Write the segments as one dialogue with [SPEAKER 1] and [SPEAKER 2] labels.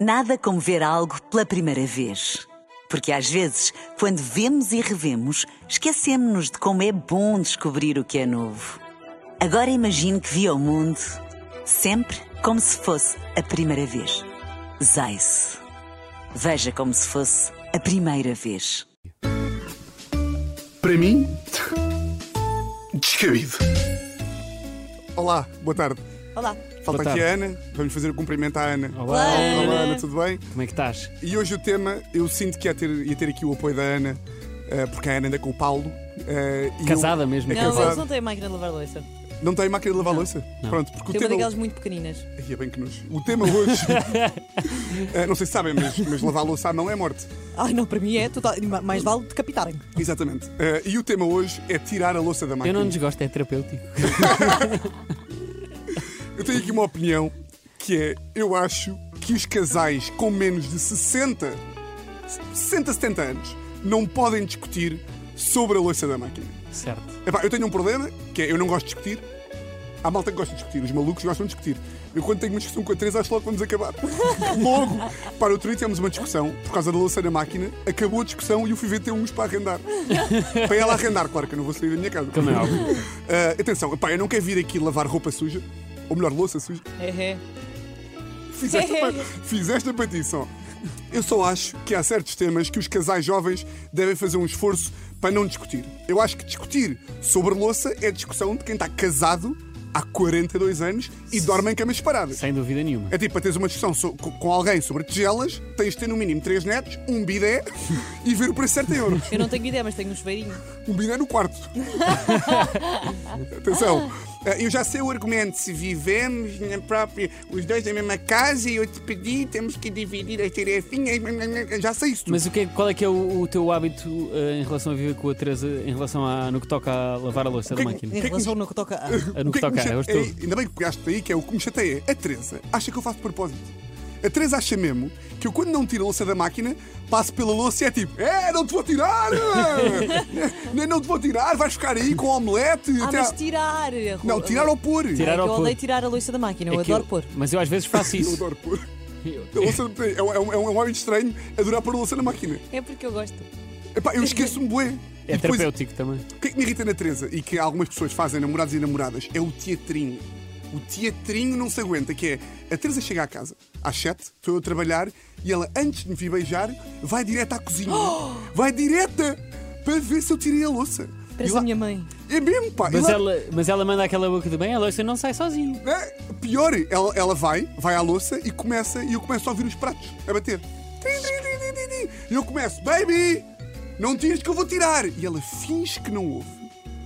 [SPEAKER 1] Nada como ver algo pela primeira vez. Porque às vezes, quando vemos e revemos, esquecemos-nos de como é bom descobrir o que é novo. Agora imagine que viu o mundo sempre como se fosse a primeira vez. Zais. Veja como se fosse a primeira vez.
[SPEAKER 2] Para mim, descabido.
[SPEAKER 3] Olá, boa tarde.
[SPEAKER 4] Olá.
[SPEAKER 3] Falta
[SPEAKER 5] Boa
[SPEAKER 3] aqui a
[SPEAKER 5] tarde.
[SPEAKER 3] Ana. Vamos fazer o cumprimento à Ana.
[SPEAKER 5] Olá,
[SPEAKER 3] Olá, Ana, tudo bem?
[SPEAKER 5] como é que estás?
[SPEAKER 3] E hoje o tema, eu sinto que ia ter, ia ter aqui o apoio da Ana, eh, porque a Ana anda com o Paulo. eh, e eu-
[SPEAKER 5] Casada mesmo?
[SPEAKER 3] É
[SPEAKER 4] Não,
[SPEAKER 3] casada.
[SPEAKER 4] eles não têm máquina de lavar louça.
[SPEAKER 3] Não tem máquina de lavar louça?
[SPEAKER 5] não.
[SPEAKER 3] Pronto, porque o
[SPEAKER 4] Tem uma
[SPEAKER 3] tema.
[SPEAKER 4] daquelas muito pequeninas.
[SPEAKER 3] Ai, é bem que nos... O tema hoje. Eh, não sei se sabem, mas, mas lavar louça à mão é morte.
[SPEAKER 4] Ai, não, para mim é total. ma- Mais vale decapitarem.
[SPEAKER 3] Exatamente. Eh, e o tema hoje é tirar a louça da
[SPEAKER 5] Eu
[SPEAKER 3] máquina.
[SPEAKER 5] não desgosto, é terapêutico.
[SPEAKER 3] Eu tenho aqui uma opinião que é: eu acho que os casais com menos de 60, 60, 70 anos não podem discutir sobre a louça da máquina.
[SPEAKER 5] Certo.
[SPEAKER 3] Epá, eu tenho um problema que é: eu não gosto de discutir. Há malta que gosta de discutir, os malucos gostam de discutir. Eu, quando tenho uma discussão com a Teresa, acho logo que vamos acabar. logo! Para outro dia tivemos uma discussão por causa da louça na máquina, acabou a discussão e eu fui ver ter uns para arrendar. para ela arrendar, claro que eu não vou sair da minha casa.
[SPEAKER 5] Como é óbvio.
[SPEAKER 3] Ah, atenção, epá, eu não quero vir aqui lavar roupa suja, ou melhor, louça suja.
[SPEAKER 4] É, é.
[SPEAKER 3] Fiz esta, pa- fiz esta petição. Eu só acho que há certos temas que os casais jovens devem fazer um esforço para não discutir. Eu acho que discutir sobre louça é discussão de quem está casado há 42 anos e dorme em camas paradas.
[SPEAKER 5] Sem dúvida nenhuma.
[SPEAKER 3] É tipo, para teres uma discussão so- co- com alguém sobre tigelas, tens de ter no mínimo 3 netos, um bidé e ver o preço certo em euros.
[SPEAKER 4] Eu não tenho ideia, mas tenho um chuveirinho.
[SPEAKER 3] Um bidé no quarto. Atenção. eh, Eu já sei o argumento. Se vivemos na própria, os dois na mesma casa e eu te pedi, temos que dividir as tarefinhas. Já sei isso. tudo.
[SPEAKER 5] Mas o que é- qual é que é o, o teu hábito eh, em relação a viver com a Teresa, em relação a, no que toca a lavar a louça da
[SPEAKER 3] que-
[SPEAKER 5] máquina?
[SPEAKER 4] Em
[SPEAKER 3] que é que
[SPEAKER 4] relação no que toca. a-
[SPEAKER 5] A no
[SPEAKER 3] O
[SPEAKER 5] que,
[SPEAKER 3] é me
[SPEAKER 5] toca a,
[SPEAKER 3] chateia-
[SPEAKER 5] eu estou.
[SPEAKER 3] Ainda bem que pegaste aí, que é o que me chateia. A Teresa acha que eu faço de propósito. A Teresa acha mesmo que eu, quando não tiro a louça da máquina, passo pela louça e é tipo: É, não te vou tirar! Nem não te vou tirar, vais ficar aí com omelete.
[SPEAKER 4] Ah,
[SPEAKER 3] até
[SPEAKER 4] mas
[SPEAKER 3] à-
[SPEAKER 4] tirar. a ro-
[SPEAKER 3] Não, tirar ou pôr.
[SPEAKER 5] Tirar
[SPEAKER 4] É que
[SPEAKER 5] ou
[SPEAKER 4] eu
[SPEAKER 5] pôr.
[SPEAKER 4] odeio tirar a louça da máquina, eu
[SPEAKER 5] É que
[SPEAKER 4] adoro pôr.
[SPEAKER 5] Mas eu às vezes faço
[SPEAKER 3] Eu
[SPEAKER 5] isso.
[SPEAKER 3] adoro pôr.
[SPEAKER 5] Eu-
[SPEAKER 3] A louça- é, um- é um, é um hábito estranho adorar pôr a louça na máquina.
[SPEAKER 4] É porque eu gosto.
[SPEAKER 3] Epá, eu esqueço-me bué.
[SPEAKER 5] É
[SPEAKER 3] E depois, o
[SPEAKER 5] terapêutico também.
[SPEAKER 3] que é que me irrita na Teresa e que algumas pessoas fazem, namorados e namoradas, é o teatrinho. O teatrinho não se aguenta, que é a Teresa chega à casa às 7, estou eu a trabalhar e ela, antes de me vir beijar, vai direto à cozinha. Vai direta para ver se eu tirei a louça. E
[SPEAKER 4] Parece
[SPEAKER 3] lá-
[SPEAKER 4] a minha mãe.
[SPEAKER 3] É mesmo, pá. e
[SPEAKER 5] Mas
[SPEAKER 3] lá-
[SPEAKER 5] ela, mas ela manda aquela boca de bem, a louça não sai sozinha.
[SPEAKER 3] né? Pior, ela, ela vai, vai à louça e começa, e eu começo a ouvir os pratos a bater. Tim, tim, tim, tim, tim, tim. E eu começo, baby, não tires que eu vou tirar. E ela finge que não ouve,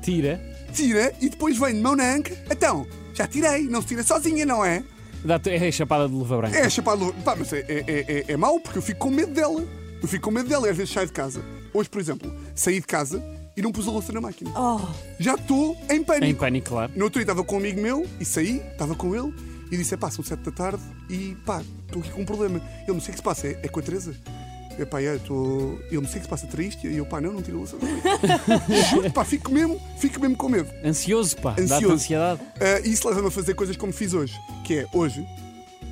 [SPEAKER 5] Tira,
[SPEAKER 3] tira e depois vem de mão na anca. Então, já tirei, não se tira sozinha, não é?
[SPEAKER 5] dá-te é a chapada de luva branca.
[SPEAKER 3] É chapado. Pá, mas é, é, é- é- é mau porque eu fico com medo dela. Eu fico com medo dela e às vezes saio de casa. Hoje, por exemplo, saí de casa e não pus a louça na máquina.
[SPEAKER 4] Oh,
[SPEAKER 3] Já estou em pânico.
[SPEAKER 5] Em pânico, claro.
[SPEAKER 3] No outro dia estava com um amigo meu e saí, estava com ele e disse: "É pá, são sete da tarde e pá, estou aqui com um problema. Ele não sei o que se passa, é, é com a Teresa. Eu, pá, é, tô... ele não sei o que se passa, triste. E eu, pá, não, não tira a louça. Juro, pá, fico mesmo, fico mesmo com medo.
[SPEAKER 5] Ansioso, pá. Dá-te
[SPEAKER 3] Ansioso.
[SPEAKER 5] ansiedade.
[SPEAKER 3] Ah, isso leva-me a fazer coisas como fiz hoje, que é hoje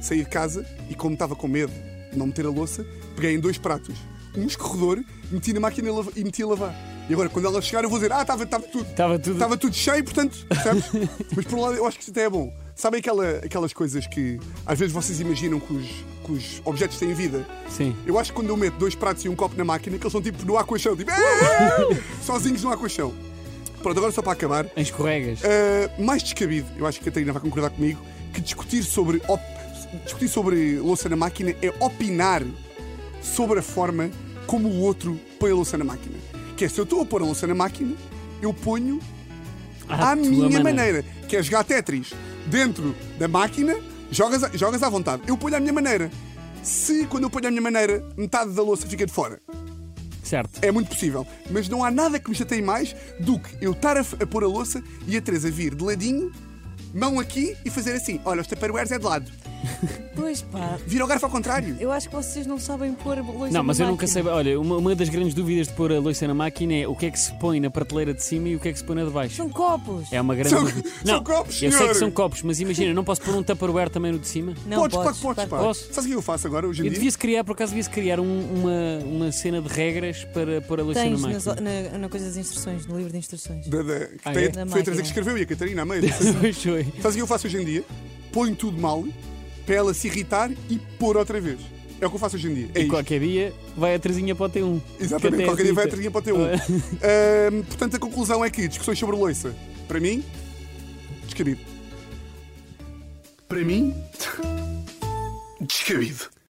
[SPEAKER 3] saí de casa e, como estava com medo de não meter a louça, peguei em dois pratos, um escorredor, meti na máquina e lava- e meti a lavar. E agora, quando ela chegar, eu vou dizer: ah, estava estava tudo.
[SPEAKER 5] Estava tudo.
[SPEAKER 3] Estava tudo cheio, portanto, percebes? Mas por um lado, eu acho que isso até é bom. Sabem aquela, aquelas coisas que às vezes vocês imaginam que os, que os objetos têm vida?
[SPEAKER 5] Sim.
[SPEAKER 3] Eu acho que quando eu meto dois pratos e um copo na máquina, que eles são tipo no aquachão, tipo, "Au!" sozinhos no aquachão. Pronto, agora só para acabar,
[SPEAKER 5] Em escorregas.
[SPEAKER 3] uh, mais descabido, eu acho que a Catarina vai concordar comigo, que discutir sobre, op- discutir sobre louça na máquina é opinar sobre a forma como o outro põe a louça na máquina. Que é, se eu estou a pôr a louça na máquina, eu ponho à
[SPEAKER 5] tua
[SPEAKER 3] minha maneira. que é jogar Tetris dentro da máquina, jogas, jogas à vontade. Eu ponho à minha maneira. Se quando eu ponho à minha maneira, metade da louça fica de fora.
[SPEAKER 5] Certo.
[SPEAKER 3] É muito possível. Mas não há nada que me chateie mais do que eu estar a, f- a pôr a louça e a Teresa vir de ladinho, mão aqui e fazer assim. Olha, os taparueres é de lado.
[SPEAKER 4] Pois pá,
[SPEAKER 3] Vira o garfo ao contrário.
[SPEAKER 4] eu acho que vocês não sabem pôr bolões
[SPEAKER 5] Não, mas eu nunca sei. bem- Olha, uma, uma das grandes dúvidas de pôr a louça na máquina é o que é que se põe na prateleira de cima e o que é que se põe na de baixo.
[SPEAKER 4] São copos.
[SPEAKER 5] É uma grande.
[SPEAKER 3] São-
[SPEAKER 5] dúvida.
[SPEAKER 3] são
[SPEAKER 5] Não,
[SPEAKER 3] copos,
[SPEAKER 5] Eu sei
[SPEAKER 3] senhor.
[SPEAKER 5] que são copos, mas imagina, não posso pôr um Tupperware também no de cima?
[SPEAKER 4] Não
[SPEAKER 3] podes, pá, podes, pá.
[SPEAKER 5] que posso.
[SPEAKER 3] Sabes o que eu faço agora hoje em
[SPEAKER 5] Eu
[SPEAKER 3] dia?
[SPEAKER 5] devia-se criar, por acaso, devia-se criar um- uma, uma cena de regras para pôr a louça na
[SPEAKER 4] Tens
[SPEAKER 5] máquina.
[SPEAKER 4] nas- na, na coisa das instruções, no livro de instruções.
[SPEAKER 3] Da- da- que
[SPEAKER 5] Ah,
[SPEAKER 3] tem-
[SPEAKER 5] é?
[SPEAKER 4] Da
[SPEAKER 3] foi a Teresa
[SPEAKER 4] máquina.
[SPEAKER 3] que escreveu e a Catarina a meio.
[SPEAKER 5] Pois foi.
[SPEAKER 3] Sabes o que eu faço hoje em dia? Ponho tudo mal para ela se irritar e pôr outra vez. É o que eu faço hoje em dia. É
[SPEAKER 5] E
[SPEAKER 3] isto.
[SPEAKER 5] qualquer dia vai a Terezinha para o T1. que até
[SPEAKER 3] Exatamente,
[SPEAKER 5] é
[SPEAKER 3] qualquer dia vai a
[SPEAKER 5] bonita.
[SPEAKER 3] trinha para o T1. Ahm, portanto, a conclusão é que discussões sobre loiça, para mim, descabido. Para mim, descabido.